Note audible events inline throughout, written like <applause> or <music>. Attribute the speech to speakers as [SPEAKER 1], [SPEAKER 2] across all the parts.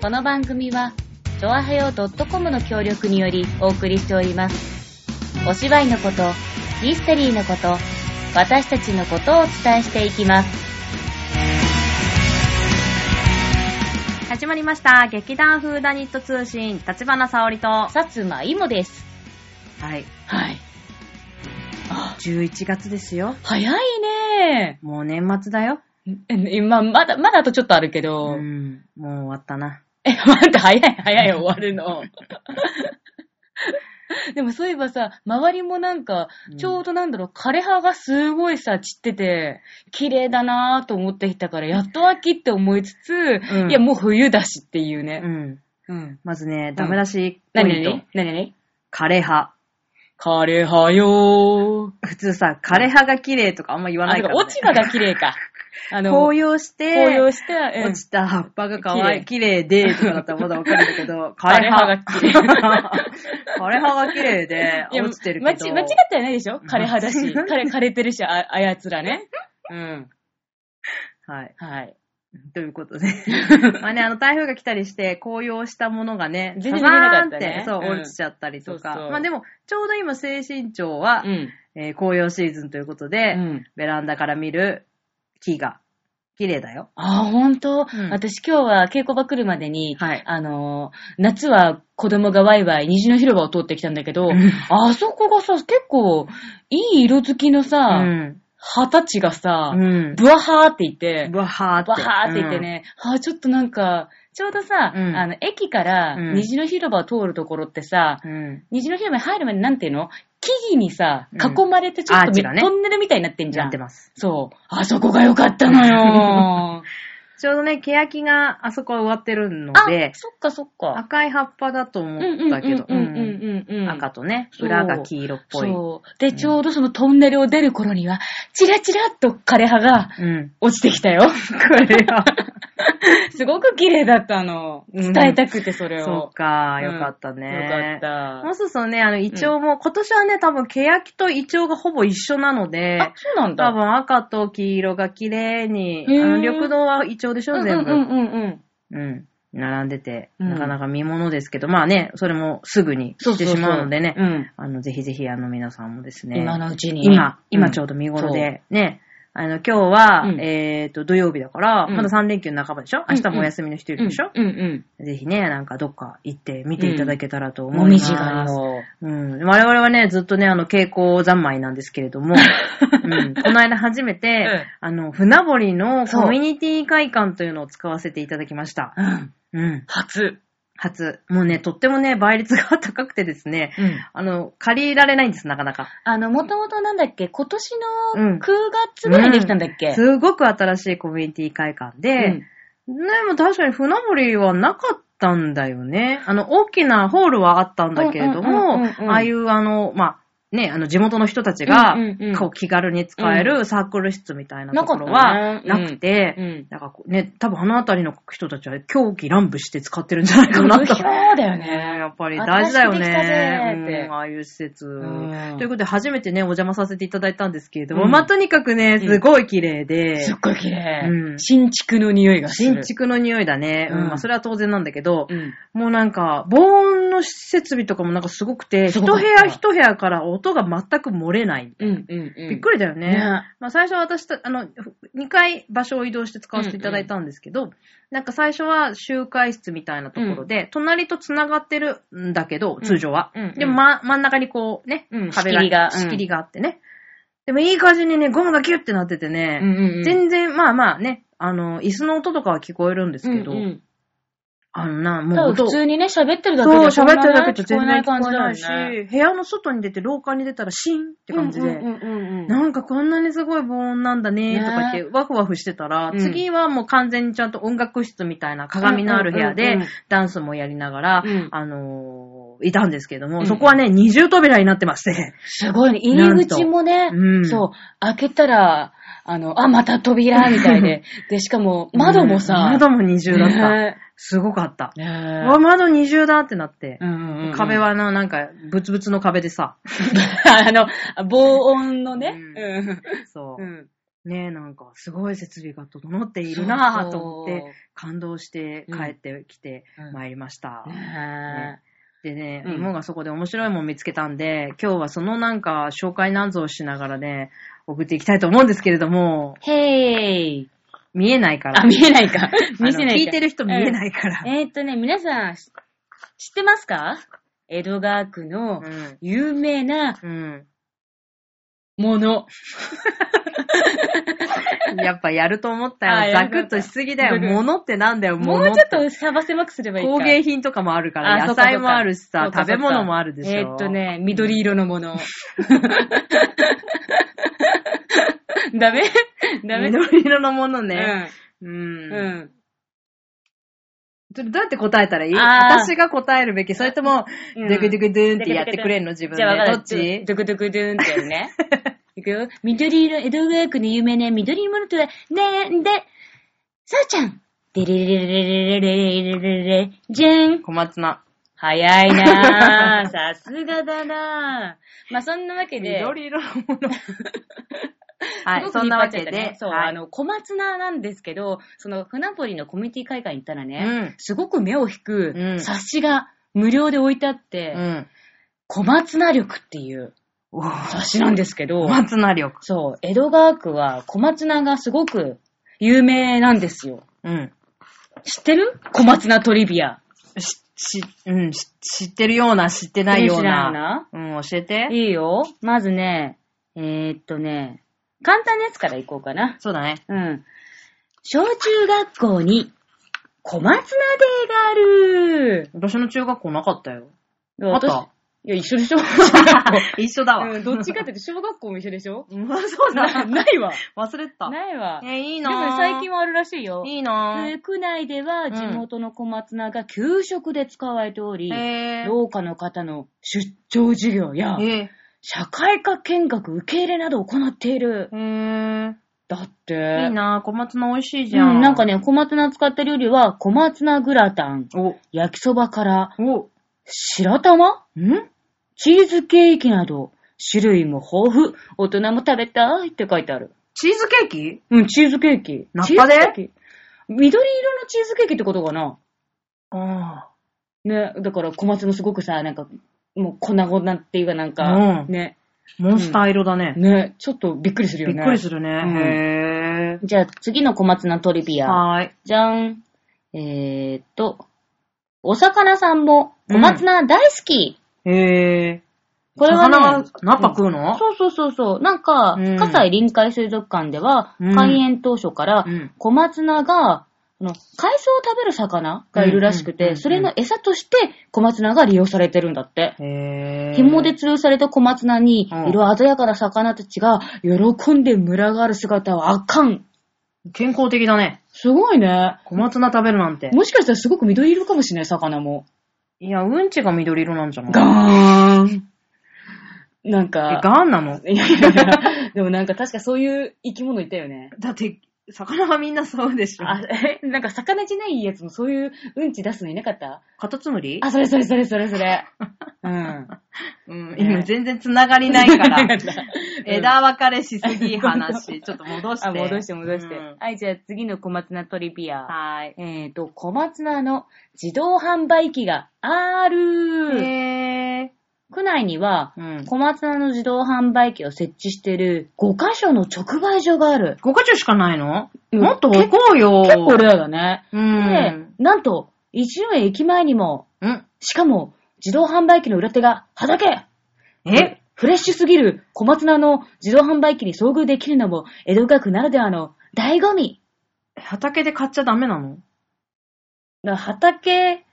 [SPEAKER 1] この番組は、ちょあへよ .com の協力によりお送りしております。お芝居のこと、ミステリーのこと、私たちのことをお伝えしていきます。
[SPEAKER 2] 始まりました。劇団風ダニット通信、立花沙織と。は
[SPEAKER 1] 薩摩いもです。
[SPEAKER 2] い。
[SPEAKER 1] はい。あ、
[SPEAKER 2] 11月ですよ。
[SPEAKER 1] 早いね
[SPEAKER 2] もう年末だよ。
[SPEAKER 1] え、まあ、まだ、まだあとちょっとあるけ
[SPEAKER 2] う
[SPEAKER 1] ど、
[SPEAKER 2] ん。もう終わったな。
[SPEAKER 1] <laughs> え、待って、早い早い終わるの。 <laughs> でもそういえばさ、周りもなんか
[SPEAKER 2] う、ん
[SPEAKER 1] ちょうどなんだろう、枯れ葉がすごいさ、散ってて、綺麗だなぁと思ってきたから、やっと秋って思いつつ、
[SPEAKER 2] ん
[SPEAKER 1] いや、もう冬だしっていう
[SPEAKER 2] う
[SPEAKER 1] ね。
[SPEAKER 2] ん。
[SPEAKER 1] うん。
[SPEAKER 2] まずね、ダメ出しポ
[SPEAKER 1] 何
[SPEAKER 2] イント。
[SPEAKER 1] 何何何
[SPEAKER 2] 枯れ葉。
[SPEAKER 1] 枯れ葉よー。
[SPEAKER 2] 普通さ、枯れ葉が綺麗とかあんま言わ
[SPEAKER 1] あ、
[SPEAKER 2] な
[SPEAKER 1] て
[SPEAKER 2] いか、
[SPEAKER 1] から
[SPEAKER 2] ね。
[SPEAKER 1] 落ち葉が綺麗か。あの、
[SPEAKER 2] <laughs> 紅葉して、
[SPEAKER 1] 紅葉して、うん
[SPEAKER 2] 落ちた葉っぱが可愛い、綺麗で、とかだったらまだわかるんだけど、
[SPEAKER 1] <laughs> 枯れ葉が綺麗。
[SPEAKER 2] <laughs> 枯れ葉が綺麗で、
[SPEAKER 1] いや
[SPEAKER 2] 落ちてる
[SPEAKER 1] 間違
[SPEAKER 2] けど。
[SPEAKER 1] 間違ってはないでしょ枯れ葉だし。枯れ、枯れてるし、あ、あやつらね。うん。
[SPEAKER 2] はい。
[SPEAKER 1] はい。
[SPEAKER 2] <laughs> というこ
[SPEAKER 1] <laughs>
[SPEAKER 2] とで。まあね、あの、台風が来たりして、紅葉したものがね、
[SPEAKER 1] 全然
[SPEAKER 2] ザバーン
[SPEAKER 1] 見れなかったね
[SPEAKER 2] そう、
[SPEAKER 1] うん
[SPEAKER 2] 落ちちゃったりとか。
[SPEAKER 1] そうそう
[SPEAKER 2] まあでも、ちょうど今、西新町は、
[SPEAKER 1] うん。
[SPEAKER 2] えー紅葉シーズンということで、
[SPEAKER 1] うん。
[SPEAKER 2] ベランダから見る木が、綺麗だよ。
[SPEAKER 1] あ、ほんと、
[SPEAKER 2] うん
[SPEAKER 1] 私今日は稽古場来るまでに、
[SPEAKER 2] はい
[SPEAKER 1] あのー、夏は子供がワイワイ虹の広場を通ってきたんだけど、あそこがさ、結構、いい色づきのさ、
[SPEAKER 2] うん。
[SPEAKER 1] 旗地がさ、
[SPEAKER 2] うん。
[SPEAKER 1] ブワハーって言って、
[SPEAKER 2] ブワハーって。
[SPEAKER 1] バハーって言ってね、あーちょっとなんか、ちょうどさ、
[SPEAKER 2] うん
[SPEAKER 1] あの、駅から
[SPEAKER 2] うん
[SPEAKER 1] 虹の広場を通るところってさ、
[SPEAKER 2] うん。うん。
[SPEAKER 1] 虹の広場に入るまでなんていうの木々にさ、
[SPEAKER 2] うん
[SPEAKER 1] 囲まれてちょっと
[SPEAKER 2] アー
[SPEAKER 1] み、
[SPEAKER 2] チがね
[SPEAKER 1] トンネルみたいになってんじゃ
[SPEAKER 2] や
[SPEAKER 1] ん。
[SPEAKER 2] ってます。
[SPEAKER 1] そう。あそこが良かったの
[SPEAKER 2] <laughs>
[SPEAKER 1] よ
[SPEAKER 2] ちょうどね、欅があそこは植わってるの
[SPEAKER 1] あ、
[SPEAKER 2] で、
[SPEAKER 1] そっかそっか。
[SPEAKER 2] 赤い葉っぱだと思ったけど、
[SPEAKER 1] うんうんうんうんうんうん。
[SPEAKER 2] 赤とね、
[SPEAKER 1] そう
[SPEAKER 2] 裏が黄色っぽい。う
[SPEAKER 1] そう。で、ちょうどそのトンネルを出る頃には、チラチラっと枯れ葉が
[SPEAKER 2] ん。
[SPEAKER 1] <laughs> 落ちてきたよ。
[SPEAKER 2] これは、
[SPEAKER 1] <laughs> すごく綺麗だったの。
[SPEAKER 2] うん
[SPEAKER 1] 伝えたくて、それ
[SPEAKER 2] そ
[SPEAKER 1] を
[SPEAKER 2] う。か、
[SPEAKER 1] うん
[SPEAKER 2] よかった
[SPEAKER 1] よ。
[SPEAKER 2] ね
[SPEAKER 1] か
[SPEAKER 2] も
[SPEAKER 1] っ
[SPEAKER 2] うそうそうね、あの、イチョウも、今年はね、多分、欅とイチョウがほぼ一緒なので
[SPEAKER 1] た。、あ、そうなんだ。
[SPEAKER 2] 多分赤と黄色が綺麗に、あ
[SPEAKER 1] へー
[SPEAKER 2] の、緑道はイチョウでしょ、全部。
[SPEAKER 1] うんうんうんうん。
[SPEAKER 2] うん。並んでて、
[SPEAKER 1] うん
[SPEAKER 2] なかなか見物ですけど、まあね、それもすぐにしてしまうのでね、
[SPEAKER 1] うん。
[SPEAKER 2] あの、ぜひぜひ、あの、皆さんもですね、
[SPEAKER 1] 今のうちに。
[SPEAKER 2] 今、今ちょうど見頃で、ね、あの、今日は、
[SPEAKER 1] うん
[SPEAKER 2] えっ、と、土曜日だから、
[SPEAKER 1] うん
[SPEAKER 2] まだ3連休の半ばでしょ明日もお休みの人い
[SPEAKER 1] うん。
[SPEAKER 2] るでしょ、
[SPEAKER 1] うんうん
[SPEAKER 2] ぜひね、なんかどっか行って見ていただけたらと
[SPEAKER 1] うん。
[SPEAKER 2] 思
[SPEAKER 1] も
[SPEAKER 2] い
[SPEAKER 1] み
[SPEAKER 2] ます。
[SPEAKER 1] じがよ。
[SPEAKER 2] うん。我々はね、ずっとね、あの、傾向三昧なんですけれ
[SPEAKER 1] <laughs>
[SPEAKER 2] ども、うん、この間初めて、あの、船堀の
[SPEAKER 1] そう
[SPEAKER 2] コミュニティ会館というのを使わせていただきました。
[SPEAKER 1] うん。
[SPEAKER 2] うん。
[SPEAKER 1] 初。
[SPEAKER 2] 初。もうね、とってもね、倍率が高くてですね、
[SPEAKER 1] うん。
[SPEAKER 2] あの、借りられないんです、なかなか。
[SPEAKER 1] あの、もともとなんだっけ、今年
[SPEAKER 2] う
[SPEAKER 1] の
[SPEAKER 2] ん
[SPEAKER 1] 9月ぐらいにできたんだっけ、うん
[SPEAKER 2] すごく新しいコミュニティ会館で、ね、もう確かに船堀はなかったんだよね。あの、大きなホールはあったんだけれど
[SPEAKER 1] うんうん
[SPEAKER 2] も
[SPEAKER 1] うんうんう、ん
[SPEAKER 2] ああいうあの、まあ、ね、あの、地元の人たちが
[SPEAKER 1] うんうんうん、
[SPEAKER 2] こう、気軽に使えるサークル室みたいな
[SPEAKER 1] な
[SPEAKER 2] と
[SPEAKER 1] か
[SPEAKER 2] こ
[SPEAKER 1] った
[SPEAKER 2] ろ
[SPEAKER 1] ね
[SPEAKER 2] はなく
[SPEAKER 1] う
[SPEAKER 2] て、
[SPEAKER 1] ん。
[SPEAKER 2] なんかこうね、多分あの辺りの人たちは狂気乱舞して使ってるんじゃないかな
[SPEAKER 1] 無
[SPEAKER 2] と
[SPEAKER 1] 表。だよ
[SPEAKER 2] ね
[SPEAKER 1] ね。
[SPEAKER 2] やっぱり大事だよね。
[SPEAKER 1] 新しくできたぜーって
[SPEAKER 2] うんああいう施設。
[SPEAKER 1] うん
[SPEAKER 2] ということで、初めてね、お邪魔させていただいたんですけれども、
[SPEAKER 1] うん
[SPEAKER 2] まあ、とにかくね、すごい綺麗で、
[SPEAKER 1] すっごい綺麗、
[SPEAKER 2] うん
[SPEAKER 1] 新築の匂いがする。
[SPEAKER 2] 新。築の匂いだね。うん
[SPEAKER 1] うん
[SPEAKER 2] まあ、それは当然なんだけど、
[SPEAKER 1] うん。
[SPEAKER 2] もうなんか、防音の設備とかもなんかすごくて、
[SPEAKER 1] す
[SPEAKER 2] 一
[SPEAKER 1] ごか
[SPEAKER 2] 部
[SPEAKER 1] った
[SPEAKER 2] 屋一部屋から音が全く漏れない。
[SPEAKER 1] うんうんうん。
[SPEAKER 2] びっくりだよね。
[SPEAKER 1] ね
[SPEAKER 2] まあ、最初は私た、あの、2回場所を移動して使わせていただいたんですけど、なんか最初は集会室みたいなところで、隣と繋がってるんだけど、通常は。
[SPEAKER 1] うんうん
[SPEAKER 2] でも、ま、真ん中にこうね、
[SPEAKER 1] うん
[SPEAKER 2] 壁
[SPEAKER 1] 仕切りがうん
[SPEAKER 2] 仕切りがあってね。でもいい感じにね、ゴムがキュッてなっててね、
[SPEAKER 1] うんうんうん。
[SPEAKER 2] 全然、まあまあね、あの、椅子の音とかは聞こえるんですけど、
[SPEAKER 1] うんうん
[SPEAKER 2] あのな、
[SPEAKER 1] た
[SPEAKER 2] もう
[SPEAKER 1] だ
[SPEAKER 2] 音
[SPEAKER 1] 普、通にね、喋ってるだけ
[SPEAKER 2] そう、
[SPEAKER 1] で
[SPEAKER 2] 喋ってるだけじゃ
[SPEAKER 1] そ
[SPEAKER 2] 全
[SPEAKER 1] んなね聞こえな
[SPEAKER 2] 然聞こえないし
[SPEAKER 1] い感じだよね、
[SPEAKER 2] 部屋の外に出て廊下に出たらシーンって感じで、
[SPEAKER 1] うんうんうんうん
[SPEAKER 2] なんかこんなにすごい防音なんだねとか言って、ワフワフしてたら、
[SPEAKER 1] うん
[SPEAKER 2] 次はもう完全にちゃんと音楽室みたいな鏡のある部屋
[SPEAKER 1] うんうん
[SPEAKER 2] で
[SPEAKER 1] うんうん、
[SPEAKER 2] ダンスもやりながら、
[SPEAKER 1] うん
[SPEAKER 2] あのーいたんですけども、
[SPEAKER 1] うん
[SPEAKER 2] そこはね、二重扉になってまして、
[SPEAKER 1] すごいね。入り口もね、
[SPEAKER 2] なんとうん
[SPEAKER 1] そう、開けたら、あの、あ、また扉みたい <laughs> で。で、しかも、窓もさ、
[SPEAKER 2] うん窓も二重だった。
[SPEAKER 1] ね
[SPEAKER 2] すごかった。
[SPEAKER 1] ね
[SPEAKER 2] うわ、窓二重だってなって、
[SPEAKER 1] うんうんうん
[SPEAKER 2] 壁。はな、なんか、ブツ
[SPEAKER 1] <laughs>
[SPEAKER 2] ブツの壁でさ、
[SPEAKER 1] あの、防音のね。
[SPEAKER 2] うん
[SPEAKER 1] うん
[SPEAKER 2] そう
[SPEAKER 1] う。ん
[SPEAKER 2] ねえ、なんか、すごい設備が整っているなぁと思って
[SPEAKER 1] そう、
[SPEAKER 2] 感動して帰ってきてまいりました。
[SPEAKER 1] そう。ね
[SPEAKER 2] でね、
[SPEAKER 1] うん
[SPEAKER 2] 芋がそこで面白いもん見つけたんで、今日はそのなんか、紹介なんぞをしながらね、送っていきたいと思うんですけれども、
[SPEAKER 1] えへい。
[SPEAKER 2] 見えないから。
[SPEAKER 1] あ、見えないか。見せない
[SPEAKER 2] あの聞いてる人見え
[SPEAKER 1] い。
[SPEAKER 2] ないから。
[SPEAKER 1] えーっとね、皆さん、し知ってますか江戸川区の
[SPEAKER 2] うん。
[SPEAKER 1] 有名な
[SPEAKER 2] うん。
[SPEAKER 1] もの。
[SPEAKER 2] やっぱやると思った
[SPEAKER 1] あ
[SPEAKER 2] よ。
[SPEAKER 1] や
[SPEAKER 2] ザ
[SPEAKER 1] ると思った
[SPEAKER 2] クッとしすぎだよ。
[SPEAKER 1] ザクッ
[SPEAKER 2] 物ってなんだよ、
[SPEAKER 1] もう
[SPEAKER 2] 物
[SPEAKER 1] ちょっとサバ狭くすればいいか。
[SPEAKER 2] 工芸品とかもあるから、
[SPEAKER 1] あ
[SPEAKER 2] 野
[SPEAKER 1] そうか
[SPEAKER 2] 菜もあるし
[SPEAKER 1] そ
[SPEAKER 2] さ
[SPEAKER 1] う、か
[SPEAKER 2] 食べ物もあるでしょ。
[SPEAKER 1] えーっと。ね、緑色のも
[SPEAKER 2] <laughs>
[SPEAKER 1] の。 <laughs> ダメダメ
[SPEAKER 2] 緑色のものね。
[SPEAKER 1] ね。
[SPEAKER 2] う。
[SPEAKER 1] うんん。うん。
[SPEAKER 2] ちょっとどうやって答えたらいい
[SPEAKER 1] あー
[SPEAKER 2] 私が答えるべきそれとも、ドゥクドゥクドゥーンってやってくれんの自
[SPEAKER 1] じ
[SPEAKER 2] 分で
[SPEAKER 1] ゃあ分。か
[SPEAKER 2] ど
[SPEAKER 1] る。
[SPEAKER 2] っち
[SPEAKER 1] ドゥクドゥクドゥーンってやるね。いくよ。緑色、江戸川区の有名な緑色のとは、なんで、さあちゃん。でれれれれれれれれれれじゃん。
[SPEAKER 2] 小松菜。
[SPEAKER 1] 早いなぁ。さすがだなぁ。まあ、そんなわけで。
[SPEAKER 2] 緑色のもの。は、
[SPEAKER 1] はいい、
[SPEAKER 2] そ
[SPEAKER 1] そ
[SPEAKER 2] ん
[SPEAKER 1] んな
[SPEAKER 2] なわ
[SPEAKER 1] わ
[SPEAKER 2] け
[SPEAKER 1] け
[SPEAKER 2] で
[SPEAKER 1] で、。そう、
[SPEAKER 2] はい
[SPEAKER 1] あの、小松菜なんですけど、その、船堀のコミュニティ会館に行ったらね、
[SPEAKER 2] うん
[SPEAKER 1] すごく目を引
[SPEAKER 2] うん
[SPEAKER 1] く、冊子が無料で置いてあって、
[SPEAKER 2] うん。
[SPEAKER 1] 小松菜力っていう
[SPEAKER 2] おー
[SPEAKER 1] 冊子なんですけど
[SPEAKER 2] 小、松菜力。
[SPEAKER 1] そう、江戸川区は小松菜がすごく有名なんですよ。
[SPEAKER 2] うん。
[SPEAKER 1] 知ってる小松菜トリビア。
[SPEAKER 2] し、し、うん、し知ってるような、知ってないよう
[SPEAKER 1] 知ってる知らない
[SPEAKER 2] な
[SPEAKER 1] な。
[SPEAKER 2] うん、教えて。
[SPEAKER 1] いいよ。まずね、えー、っとね、簡単なやつからいこうかな。
[SPEAKER 2] そうだね。
[SPEAKER 1] うん。小中学校に小松菜デーがある。
[SPEAKER 2] 私の中学校なかったよ。あ
[SPEAKER 1] あ
[SPEAKER 2] った
[SPEAKER 1] いや、一緒で
[SPEAKER 2] <laughs>
[SPEAKER 1] しょ
[SPEAKER 2] 一緒だわ。
[SPEAKER 1] うん、どっちかって言うと小学校も一緒でし
[SPEAKER 2] <laughs>
[SPEAKER 1] ょ
[SPEAKER 2] うんそう
[SPEAKER 1] な
[SPEAKER 2] だ。
[SPEAKER 1] ないわ。
[SPEAKER 2] 忘れてた。
[SPEAKER 1] ないわ。
[SPEAKER 2] え、いい
[SPEAKER 1] で
[SPEAKER 2] な
[SPEAKER 1] も
[SPEAKER 2] ぁ
[SPEAKER 1] 最近はあるらしいよ。
[SPEAKER 2] いいなぁ
[SPEAKER 1] 区内では地元の小松菜が給食で使われており、
[SPEAKER 2] へぇ
[SPEAKER 1] 農家の方の出張授業や
[SPEAKER 2] ー。え
[SPEAKER 1] 社会科見学受け入れなどを行っている。
[SPEAKER 2] ー。へ
[SPEAKER 1] だって。
[SPEAKER 2] ー。いいなぁ小松菜美味しいじゃ。
[SPEAKER 1] うんん、なんか。ね、小松菜使った料理は、小松菜グラタン、
[SPEAKER 2] お、
[SPEAKER 1] 焼きそばから、
[SPEAKER 2] お、
[SPEAKER 1] 白玉
[SPEAKER 2] ん
[SPEAKER 1] チーズケーキなど、種類も豊富、大人も食べたいって書いてある。
[SPEAKER 2] チーズケーキ
[SPEAKER 1] うん、チーズケーキ。チ
[SPEAKER 2] 中で
[SPEAKER 1] ーズケーキ緑色のチーズケーキってことかな
[SPEAKER 2] あ
[SPEAKER 1] ね、だから小松もすごくさ、なんか、もう粉々っていうかなんか、
[SPEAKER 2] うん
[SPEAKER 1] ね、
[SPEAKER 2] あ。モンスター色だね。
[SPEAKER 1] ね、ちょっとびっくりするよ
[SPEAKER 2] び
[SPEAKER 1] ね。
[SPEAKER 2] っくりするね。
[SPEAKER 1] ん
[SPEAKER 2] へ
[SPEAKER 1] じゃあ次の小松菜トリビ
[SPEAKER 2] ー。
[SPEAKER 1] ア。
[SPEAKER 2] はーい。
[SPEAKER 1] じゃん。えー、っと、お魚さんも小松菜大好き。
[SPEAKER 2] へえ。
[SPEAKER 1] これはね
[SPEAKER 2] 魚がナッパ食うの、
[SPEAKER 1] そうそうそうそう。なんか、
[SPEAKER 2] うん
[SPEAKER 1] 葛西臨海水族館では、
[SPEAKER 2] うん
[SPEAKER 1] 開園当初から
[SPEAKER 2] うん、
[SPEAKER 1] 小松菜が、その海藻を食べる魚がいるらしく
[SPEAKER 2] うんうんうんうん
[SPEAKER 1] て、それの餌として小松菜が利用されてるんだって。
[SPEAKER 2] へえ。
[SPEAKER 1] 紐で吊るされた小松菜に
[SPEAKER 2] うん、
[SPEAKER 1] 色鮮やかな魚たちが喜んで群がる姿はあかん。
[SPEAKER 2] 健康的だね。
[SPEAKER 1] すごいね。
[SPEAKER 2] 小松菜食べるなんて。
[SPEAKER 1] もしかしたらすごく緑色かもしれない、魚も。
[SPEAKER 2] いや、うんちが緑色なんじゃない
[SPEAKER 1] ガーン。なん
[SPEAKER 2] え、
[SPEAKER 1] か、
[SPEAKER 2] ガーンなの
[SPEAKER 1] いやいやいやでもなんか確かそういう生き物いたよね。
[SPEAKER 2] だって、魚はみんなそうでしょ。
[SPEAKER 1] あ、え、なんか魚じゃないやつもそういううんち出すのいなかった
[SPEAKER 2] カタツムリ
[SPEAKER 1] あ、それそれそれそれそ <laughs> れ。うん。
[SPEAKER 2] うん、
[SPEAKER 1] ね
[SPEAKER 2] 今全然繋がりない
[SPEAKER 1] <laughs>
[SPEAKER 2] から。 <laughs> 枝
[SPEAKER 1] を
[SPEAKER 2] 分かれしすぎ話。 <laughs> ちょっと戻して。
[SPEAKER 1] あ、戻して戻して。
[SPEAKER 2] うん
[SPEAKER 1] はい、じゃあ次の小松菜トリビア。
[SPEAKER 2] はー
[SPEAKER 1] えっ、と、小松菜の自動販売機がある。
[SPEAKER 2] い。へ
[SPEAKER 1] 区内には
[SPEAKER 2] ー。、うん。
[SPEAKER 1] 小松菜の自動販売機を設置してる5箇所の直売所がある。
[SPEAKER 2] 5カ所しかないの
[SPEAKER 1] うん
[SPEAKER 2] もっと行こうよ。
[SPEAKER 1] 結構レアだね。
[SPEAKER 2] う
[SPEAKER 1] で
[SPEAKER 2] ん。、
[SPEAKER 1] なんと、一応駅前にも、
[SPEAKER 2] うん。
[SPEAKER 1] しかも、自動販売機の裏手が畑
[SPEAKER 2] え
[SPEAKER 1] フレッシュすぎる小松菜の自動販売機に遭遇できるのも、江戸川区ならではの醍醐味。
[SPEAKER 2] 畑で買っちゃダメなの
[SPEAKER 1] だ畑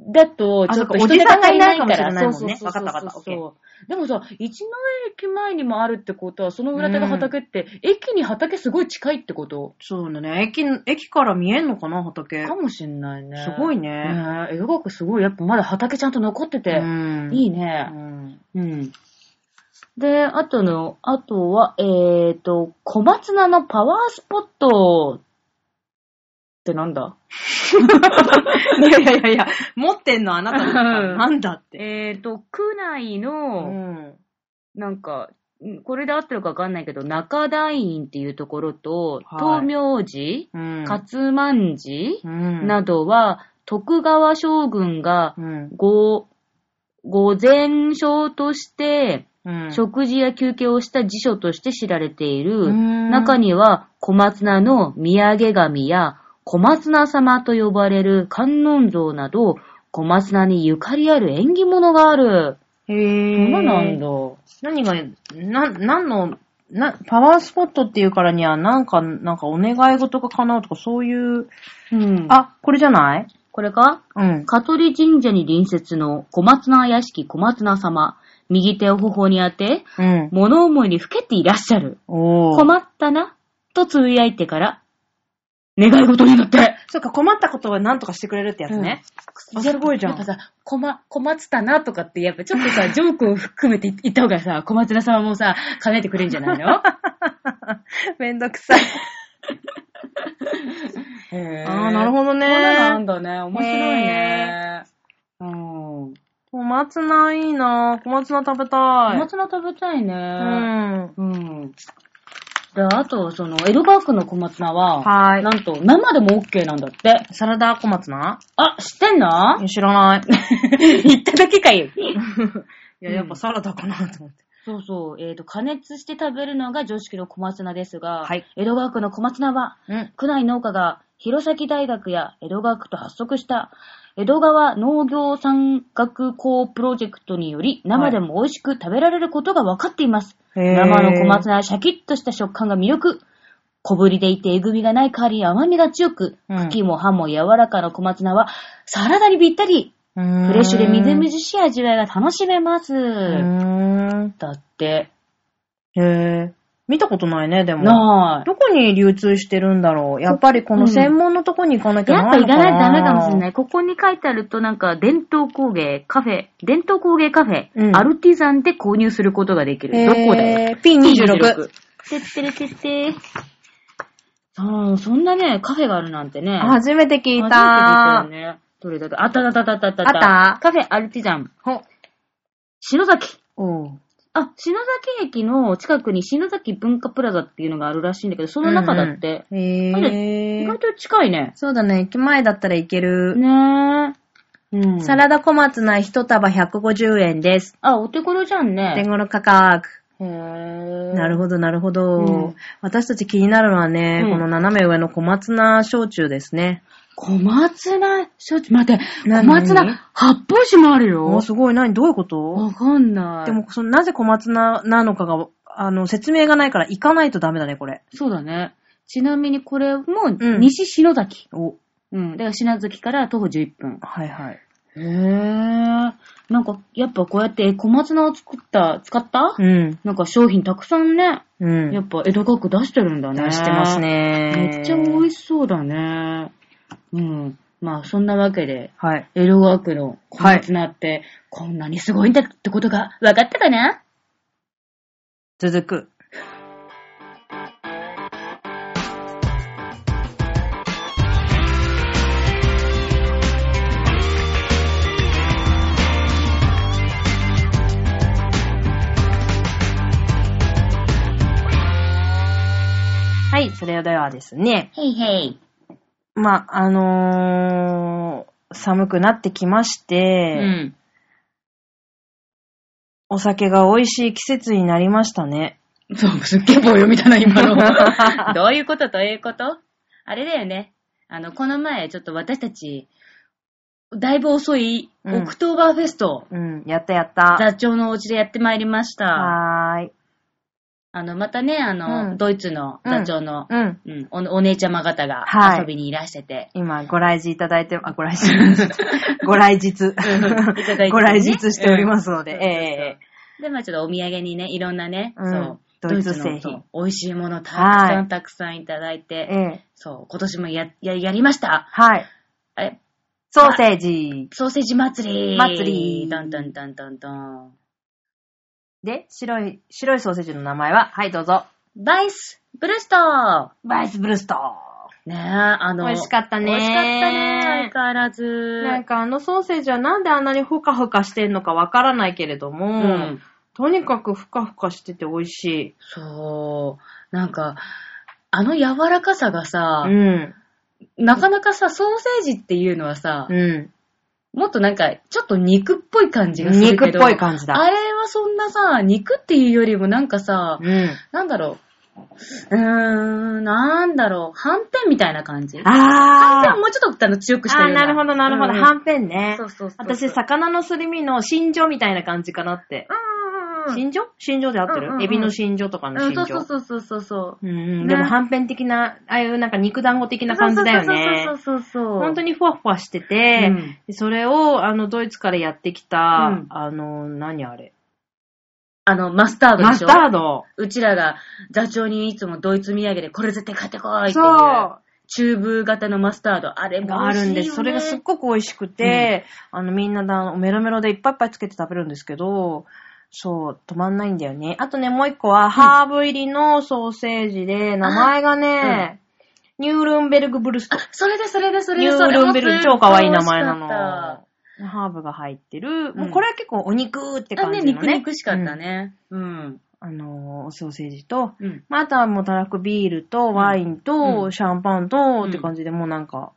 [SPEAKER 1] だと、
[SPEAKER 2] あ
[SPEAKER 1] ちょっ
[SPEAKER 2] そ
[SPEAKER 1] と
[SPEAKER 2] っか
[SPEAKER 1] 人手が足りない
[SPEAKER 2] お
[SPEAKER 1] か
[SPEAKER 2] じさんがいないかもしれな
[SPEAKER 1] ら。
[SPEAKER 2] いもんねわかったわかった
[SPEAKER 1] でもさ、一の駅前にもあるってことは、その裏手が畑って、駅に畑すごい近いってこと
[SPEAKER 2] そうだね。駅、駅から見えんのかな、畑。
[SPEAKER 1] かもしんないね。
[SPEAKER 2] すごい
[SPEAKER 1] ね。
[SPEAKER 2] ね。
[SPEAKER 1] 江戸川区すごい。やっぱまだ畑ちゃんと残ってて、
[SPEAKER 2] うん
[SPEAKER 1] いいね。
[SPEAKER 2] うん
[SPEAKER 1] うん。で、あとの、あとは、えーと、小松菜のパワースポットってなんだ
[SPEAKER 2] いやいやいやいや、持ってんの <laughs> あなただから
[SPEAKER 1] うん
[SPEAKER 2] なんだって。
[SPEAKER 1] えーと、区内
[SPEAKER 2] う
[SPEAKER 1] の、
[SPEAKER 2] ん。
[SPEAKER 1] なんか、うんこれで合ってるかわかんないけど、中台院っていうところと、
[SPEAKER 2] は
[SPEAKER 1] 東
[SPEAKER 2] い
[SPEAKER 1] 明寺、
[SPEAKER 2] うん。
[SPEAKER 1] 勝満寺
[SPEAKER 2] うん。
[SPEAKER 1] などは、徳川将軍が
[SPEAKER 2] うん。
[SPEAKER 1] ご、御前章として、
[SPEAKER 2] うん。
[SPEAKER 1] 食事や休憩をした辞書として知られている。
[SPEAKER 2] うん
[SPEAKER 1] 中には、小松菜の土産神や、小松菜様と呼ばれる観音像など、小松菜にゆかりある縁起物がある。
[SPEAKER 2] へぇ
[SPEAKER 1] そうなんだ。
[SPEAKER 2] 何が、な、何の、な、パワースポットっていうからには、なんか、なんかお願い事が叶うとか、そういう、
[SPEAKER 1] うんあ、
[SPEAKER 2] あ、これじゃない
[SPEAKER 1] これか
[SPEAKER 2] うん。
[SPEAKER 1] 香取神社に隣接の小松菜屋敷小松菜様。右手を頬に当て、
[SPEAKER 2] うん。
[SPEAKER 1] 物思いにふけていらっしゃる。
[SPEAKER 2] おー。
[SPEAKER 1] 困ったな、とつぶやいてから、願い事になって。
[SPEAKER 2] そっか、困ったことは何とかしてくれるってやつね。あすごいじゃ
[SPEAKER 1] や
[SPEAKER 2] ん
[SPEAKER 1] っぱさ、こま、小松だなとかって、やっぱちょっとさ、ジョークを含めて言った方がさ、小松菜様もさ、叶えてくれるんじゃない
[SPEAKER 2] <laughs>
[SPEAKER 1] の
[SPEAKER 2] めんどくさ <laughs> い。あー、なる
[SPEAKER 1] ど
[SPEAKER 2] ほどね。
[SPEAKER 1] なんだね。面白いね。
[SPEAKER 2] うん。小松菜いいな小松菜食べた
[SPEAKER 1] 小
[SPEAKER 2] い。
[SPEAKER 1] 松菜食べたいね。
[SPEAKER 2] うん。
[SPEAKER 1] うん。で、あと、その、江戸川区の小松菜は、
[SPEAKER 2] はい
[SPEAKER 1] なんと、生でも OK なんだって。
[SPEAKER 2] サラダ小松菜
[SPEAKER 1] あ、知ってん <laughs> の
[SPEAKER 2] 知らない。
[SPEAKER 1] 言っただけかよ。
[SPEAKER 2] いや、やっぱサラダかなと思って。
[SPEAKER 1] そうそう。えっ、と、加熱して食べるのが常識の小松菜ですが、
[SPEAKER 2] はい
[SPEAKER 1] 江戸川区の小松菜は、
[SPEAKER 2] うん。
[SPEAKER 1] 区内農家が弘前大学や江戸川区と発足した江戸川農業産学校プロジェクトにより生でも美味しく食べられることが分かっています。
[SPEAKER 2] へー
[SPEAKER 1] 生の小松菜はシャキッとした食感が魅力。小ぶりでいてえぐみがない代わりに甘みが強く、
[SPEAKER 2] うん
[SPEAKER 1] 茎も葉も柔らかな小松菜はサラダにぴったり、フ
[SPEAKER 2] フ
[SPEAKER 1] レッシュでみずみ
[SPEAKER 2] ず
[SPEAKER 1] ずしい味わいが楽しめます。
[SPEAKER 2] うーん。
[SPEAKER 1] だって、
[SPEAKER 2] へえ。見たことないね、でも。
[SPEAKER 1] なあ。
[SPEAKER 2] どこに流通してるんだろう。やっぱりこの専門のとこに行かなきゃ
[SPEAKER 1] やっぱ
[SPEAKER 2] ない
[SPEAKER 1] 行
[SPEAKER 2] の
[SPEAKER 1] かない
[SPEAKER 2] かな。。
[SPEAKER 1] とダメかもしれないい。ここに書いてあるとなんか伝統工芸カフェ、伝統工芸カフェ、
[SPEAKER 2] うん
[SPEAKER 1] アルティザンで購入することができる。どこだよ。
[SPEAKER 2] よ。P26。。
[SPEAKER 1] てってれてって。ああ、そんなね、カフェがあるなんてね。初
[SPEAKER 2] 初めて聞
[SPEAKER 1] めて
[SPEAKER 2] い
[SPEAKER 1] 聞い
[SPEAKER 2] た
[SPEAKER 1] よ。ね。どれだっけあったあったあったあった
[SPEAKER 2] あった
[SPEAKER 1] カフェアルティザン。
[SPEAKER 2] ほ。
[SPEAKER 1] 篠崎。
[SPEAKER 2] おう
[SPEAKER 1] あ、篠崎駅の近くに篠崎文化プラザっていうのがあるらしいんだけど、その中だって。
[SPEAKER 2] へ
[SPEAKER 1] 意
[SPEAKER 2] え。
[SPEAKER 1] 外と近いね。
[SPEAKER 2] そうだね、駅前だったらいける。
[SPEAKER 1] ねえ。うん。
[SPEAKER 2] サラダ小松菜一束150円です。
[SPEAKER 1] あ、お手頃じゃんね。
[SPEAKER 2] 手頃価格。
[SPEAKER 1] へー
[SPEAKER 2] なるほど、なるほど、
[SPEAKER 1] うん
[SPEAKER 2] 私たち気になるのはね、
[SPEAKER 1] うん
[SPEAKER 2] この斜め上の小松菜焼酎ですね。
[SPEAKER 1] 小松菜、ちょっと待って、小
[SPEAKER 2] な
[SPEAKER 1] 松
[SPEAKER 2] 何
[SPEAKER 1] 菜、発泡酒もある
[SPEAKER 2] お
[SPEAKER 1] よ。
[SPEAKER 2] すごい、何どういうこと
[SPEAKER 1] わかんない。
[SPEAKER 2] で、も、その、なぜ小松菜なのかが、あの、説明がないから行かないとダメだね、これ。
[SPEAKER 1] そうだね。ちなみにこれも、
[SPEAKER 2] ん
[SPEAKER 1] 西篠崎。
[SPEAKER 2] お、
[SPEAKER 1] うん。だから篠崎から徒歩11分。
[SPEAKER 2] はいはい。
[SPEAKER 1] へー。なんか、やっぱこうやって小松菜を作った、使った、
[SPEAKER 2] うん。
[SPEAKER 1] なんか商品たくさんね、
[SPEAKER 2] うん。
[SPEAKER 1] やっぱ江戸川区出してるんだね。
[SPEAKER 2] 出してます。ね。
[SPEAKER 1] めっちゃ美味
[SPEAKER 2] しい。
[SPEAKER 1] しそうだね。うん。まあ、そんなわけで、
[SPEAKER 2] はい。
[SPEAKER 1] 江戸川区の小松菜って、こんなにすごいんだってことが分かったかな
[SPEAKER 2] 続く。はい、それではですね。
[SPEAKER 1] へいへい。
[SPEAKER 2] まあ、あのー寒くなってきまして、
[SPEAKER 1] うん。
[SPEAKER 2] お酒が美味しい季節になりましたね。
[SPEAKER 1] そう、すっげえ棒読みだな、今の。 <laughs> どういうことどういうことあれだよね。あの、この前、ちょっと私たち、だいぶ遅い、
[SPEAKER 2] うん
[SPEAKER 1] オクトーバーフェスト、
[SPEAKER 2] うん、やったやった。
[SPEAKER 1] 座長のお家でやってまいりました。
[SPEAKER 2] はーい。
[SPEAKER 1] あの、またね、あの、
[SPEAKER 2] うん
[SPEAKER 1] ドイツの座長の、
[SPEAKER 2] うん。
[SPEAKER 1] うんお、お姉ちゃま方が
[SPEAKER 2] はい
[SPEAKER 1] 遊びにいらしてて、
[SPEAKER 2] 今、ご来日いただいて、あ、ご来日。
[SPEAKER 1] <laughs>
[SPEAKER 2] ご来日。
[SPEAKER 1] いただいてね
[SPEAKER 2] ご来日しておりますので、
[SPEAKER 1] うん
[SPEAKER 2] え
[SPEAKER 1] で、まあちょっとお土産にね、いろんなね、
[SPEAKER 2] うん
[SPEAKER 1] そう、
[SPEAKER 2] ドイツ
[SPEAKER 1] の
[SPEAKER 2] 製品
[SPEAKER 1] そう美味しいものたくさ
[SPEAKER 2] は
[SPEAKER 1] ん
[SPEAKER 2] い
[SPEAKER 1] たくさんいただい
[SPEAKER 2] ええ
[SPEAKER 1] て、
[SPEAKER 2] え
[SPEAKER 1] そう、今年もや、や、やりました。
[SPEAKER 2] はい。
[SPEAKER 1] あれ、
[SPEAKER 2] ソーセージ。
[SPEAKER 1] ソーセージ祭り
[SPEAKER 2] 祭り
[SPEAKER 1] どんどんどんどんどん。
[SPEAKER 2] で、白い、白いソーセージの名前は、はい、どうぞ。
[SPEAKER 1] バイス、ブルスト
[SPEAKER 2] バイスブルスト。
[SPEAKER 1] ねえ、あの、
[SPEAKER 2] 美味しかったね
[SPEAKER 1] 美味しかったね、相変わらず。
[SPEAKER 2] なんかあのソーセージはなんであんなにふかふかしてんのかわからないけれども、
[SPEAKER 1] うん。
[SPEAKER 2] とにかくふかふかしてて美味しい。
[SPEAKER 1] そう。なんか、あの柔らかさがさ、
[SPEAKER 2] ん。
[SPEAKER 1] なかなかさ、ソーセージっていうのはさ、
[SPEAKER 2] うん。
[SPEAKER 1] もっとなんか、ちょっと肉っぽい感じがするけど。
[SPEAKER 2] 肉っぽい感じだ。
[SPEAKER 1] あれはそんなさ、肉っていうよりもなんかさ、
[SPEAKER 2] うん。
[SPEAKER 1] なんだろう。うーん、なんだろう。はんぺんみたいな感じ。はんぺん
[SPEAKER 2] あ
[SPEAKER 1] はもうちょっとあの強く
[SPEAKER 2] ー。
[SPEAKER 1] したよ
[SPEAKER 2] あー
[SPEAKER 1] うな。
[SPEAKER 2] なるほど、なるほど。
[SPEAKER 1] うん
[SPEAKER 2] はんぺんね。
[SPEAKER 1] そうそうそうそう。
[SPEAKER 2] 私、、魚のすり身の新女みたいな感じかなって。
[SPEAKER 1] うんうん
[SPEAKER 2] 新女新女で合って
[SPEAKER 1] うんうんう
[SPEAKER 2] る
[SPEAKER 1] ん
[SPEAKER 2] エビの新女とかの
[SPEAKER 1] うん。う
[SPEAKER 2] 新
[SPEAKER 1] ん、そう
[SPEAKER 2] 女
[SPEAKER 1] そう。そうそうそうそう。
[SPEAKER 2] うんうん
[SPEAKER 1] ね
[SPEAKER 2] でも、はんぺん的な、ああいうなんか肉団子的な感じだよね
[SPEAKER 1] そ。うそうそうそうそう。
[SPEAKER 2] 本当
[SPEAKER 1] に。
[SPEAKER 2] にふわふわしてて、でそれを、あの、ドイツからやってきた、
[SPEAKER 1] うん
[SPEAKER 2] あの、何あれ。
[SPEAKER 1] あの、マスタード
[SPEAKER 2] マ
[SPEAKER 1] でし
[SPEAKER 2] ス
[SPEAKER 1] ょ
[SPEAKER 2] タード。
[SPEAKER 1] うちらが座長にいつもドイツ土産でこれ絶対買ってこいってい。
[SPEAKER 2] そうう。
[SPEAKER 1] チューブ型のマスタード、あれも
[SPEAKER 2] があ
[SPEAKER 1] 美味し
[SPEAKER 2] る
[SPEAKER 1] いよ、ね、
[SPEAKER 2] んです。それがすっごく美味しくて、あの、みんなであのメロメロでいっぱいいっぱいつけて食べるんですけど、そう、止まんないんだよね。あとね、もう一個は、ハーブ入りのソーセージで、名前がね、ニュールンベルグブルスト。
[SPEAKER 1] それでそれでそれ
[SPEAKER 2] ニ
[SPEAKER 1] で
[SPEAKER 2] ュ
[SPEAKER 1] そ
[SPEAKER 2] ー
[SPEAKER 1] れ
[SPEAKER 2] ルンベルグ、超可愛い名前な
[SPEAKER 1] 美味しかっ
[SPEAKER 2] の。ハーブが入ってる。
[SPEAKER 1] ん
[SPEAKER 2] もうこれは結構お肉って
[SPEAKER 1] たあ
[SPEAKER 2] 感
[SPEAKER 1] ね、
[SPEAKER 2] じのね。
[SPEAKER 1] 肉肉しかったね。うん。
[SPEAKER 2] うん。あのー、ソーセージと、
[SPEAKER 1] うん。
[SPEAKER 2] まあ、あとはもうたらくビールとワイン
[SPEAKER 1] うんう
[SPEAKER 2] と
[SPEAKER 1] ん
[SPEAKER 2] シャンパンとって感じで、もうなんか、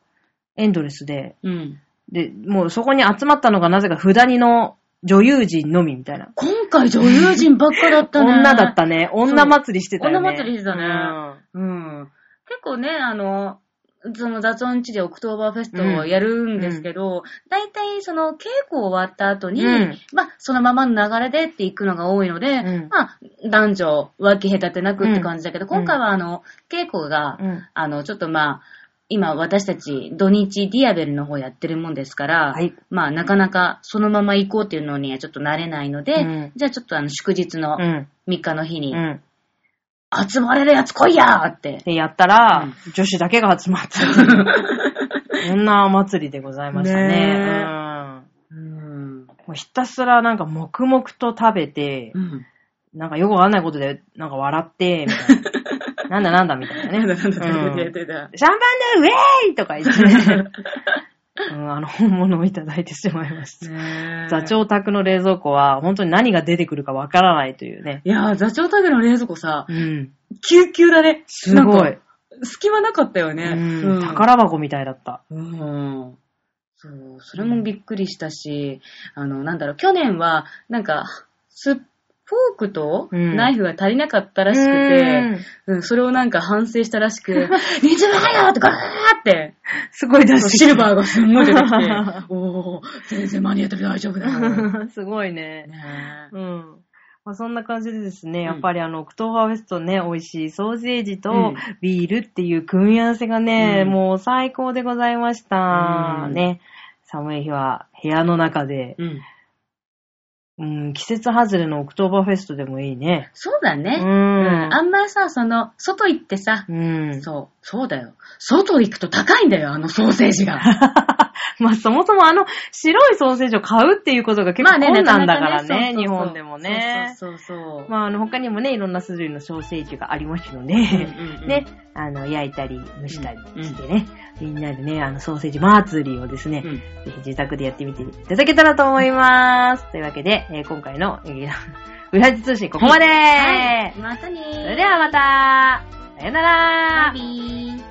[SPEAKER 2] エンドレスで。
[SPEAKER 1] うん。
[SPEAKER 2] で、もうそこに集まったのがなぜか普段の女優陣のみみたいな。
[SPEAKER 1] 今回女優陣ばっかだったね。
[SPEAKER 2] 女だっ。たね。女祭りしてたよね。
[SPEAKER 1] 女祭りしてたねうん。結構ね、あの、その雑音地でオクトーバーフェストをやるんですけど、大体その稽古終わった後に、
[SPEAKER 2] うん
[SPEAKER 1] まあそのままの流れでっていくのが多いので、
[SPEAKER 2] うん
[SPEAKER 1] まあ男女分け隔てなくって感じだけど、
[SPEAKER 2] ん
[SPEAKER 1] 今回はあの、稽古が、
[SPEAKER 2] うん。うん。
[SPEAKER 1] あの、ちょっとまあ、今私たち土日ディアベルの方やってるもんですから、
[SPEAKER 2] はい。
[SPEAKER 1] まあなかなかそのまま行こうっていうのにはちょっと慣れないので、
[SPEAKER 2] うん
[SPEAKER 1] じゃあちょっとあの祝日の
[SPEAKER 2] うん。
[SPEAKER 1] 3日の日に、
[SPEAKER 2] うん。
[SPEAKER 1] 集まれるやつ来いやーって。
[SPEAKER 2] で、やったら、
[SPEAKER 1] う
[SPEAKER 2] 女子だけが集
[SPEAKER 1] <laughs>
[SPEAKER 2] まった。女祭りでございましたね。
[SPEAKER 1] ねえ
[SPEAKER 2] うん。
[SPEAKER 1] うん。
[SPEAKER 2] もうひたすらなんか黙々と食べて、
[SPEAKER 1] うん。
[SPEAKER 2] なんかよくわかんないことで、なんか笑って、みたい
[SPEAKER 1] <laughs>
[SPEAKER 2] な。なんだなんだみたいなね。
[SPEAKER 1] なんだ
[SPEAKER 2] シ
[SPEAKER 1] なん
[SPEAKER 2] ャン
[SPEAKER 1] だ
[SPEAKER 2] パ
[SPEAKER 1] なん
[SPEAKER 2] ン
[SPEAKER 1] だ
[SPEAKER 2] で
[SPEAKER 1] やってた。
[SPEAKER 2] ウェーイとか言って、
[SPEAKER 1] <laughs>
[SPEAKER 2] うん、あの、本物をいただいてしまいました。
[SPEAKER 1] ねえ
[SPEAKER 2] 座。長宅の冷蔵庫は、本当に何が出てくるかわからないというね。
[SPEAKER 1] いやー、座長タグの冷蔵庫さ、
[SPEAKER 2] うん。
[SPEAKER 1] キューキューだね。
[SPEAKER 2] すご
[SPEAKER 1] なん
[SPEAKER 2] い
[SPEAKER 1] か。。隙間なかったよね。
[SPEAKER 2] うん。
[SPEAKER 1] うん
[SPEAKER 2] 宝箱みたいだった。
[SPEAKER 1] うん。そう、それもびっくりしたし、あの、なんだろう、去年は、なんか、す、フォークと
[SPEAKER 2] うん
[SPEAKER 1] ナイフが足りなかったらしくて、うん、それをなんか反省したらし <laughs> く、人参早よってガー
[SPEAKER 2] <laughs>
[SPEAKER 1] って、
[SPEAKER 2] うんすごい出してきた
[SPEAKER 1] シルバーがすんごい出てき
[SPEAKER 2] <laughs>
[SPEAKER 1] て、おー、全然間に合ってる大丈夫だよ。
[SPEAKER 2] <laughs> すごいね。
[SPEAKER 1] ね
[SPEAKER 2] うん。まあ、そんな感じでですね、やっぱりあの、オクトーバーフェストね、美味しいソーセージ
[SPEAKER 1] う
[SPEAKER 2] と
[SPEAKER 1] ん
[SPEAKER 2] ビールっていう組み合わせがね、
[SPEAKER 1] うん
[SPEAKER 2] もう最高でございました。
[SPEAKER 1] うん
[SPEAKER 2] ね。寒い日は部屋の中で、
[SPEAKER 1] うん。
[SPEAKER 2] うん、季節外れのオクトーバーフェストでもいいね。
[SPEAKER 1] そうだ
[SPEAKER 2] う。
[SPEAKER 1] ね。うんん。あんまりさ、その、外行ってさ、
[SPEAKER 2] うん。
[SPEAKER 1] そう、そうだよ。外行くと高いんだよ、あのソーセージが。
[SPEAKER 2] まあそもそもあの白いソーセージを買うっていうことが結構困難だから
[SPEAKER 1] そう
[SPEAKER 2] ね、
[SPEAKER 1] そうそう
[SPEAKER 2] 日本でもね。
[SPEAKER 1] そうそうそう。
[SPEAKER 2] まああの他にもね、いろんな種類のソーセージがありますので、ね
[SPEAKER 1] ね、、
[SPEAKER 2] あの、焼いたり蒸したりしてね、みんなでね、あの、ソーセージ祭りをですね、
[SPEAKER 1] うん
[SPEAKER 2] ぜひ自宅でやってみていただけたらと思います。というわけで、えー今回の、えー、 <laughs> 裏地通信ここまで、
[SPEAKER 1] はい、またねー。
[SPEAKER 2] それではまた、さよなら
[SPEAKER 1] バイビー。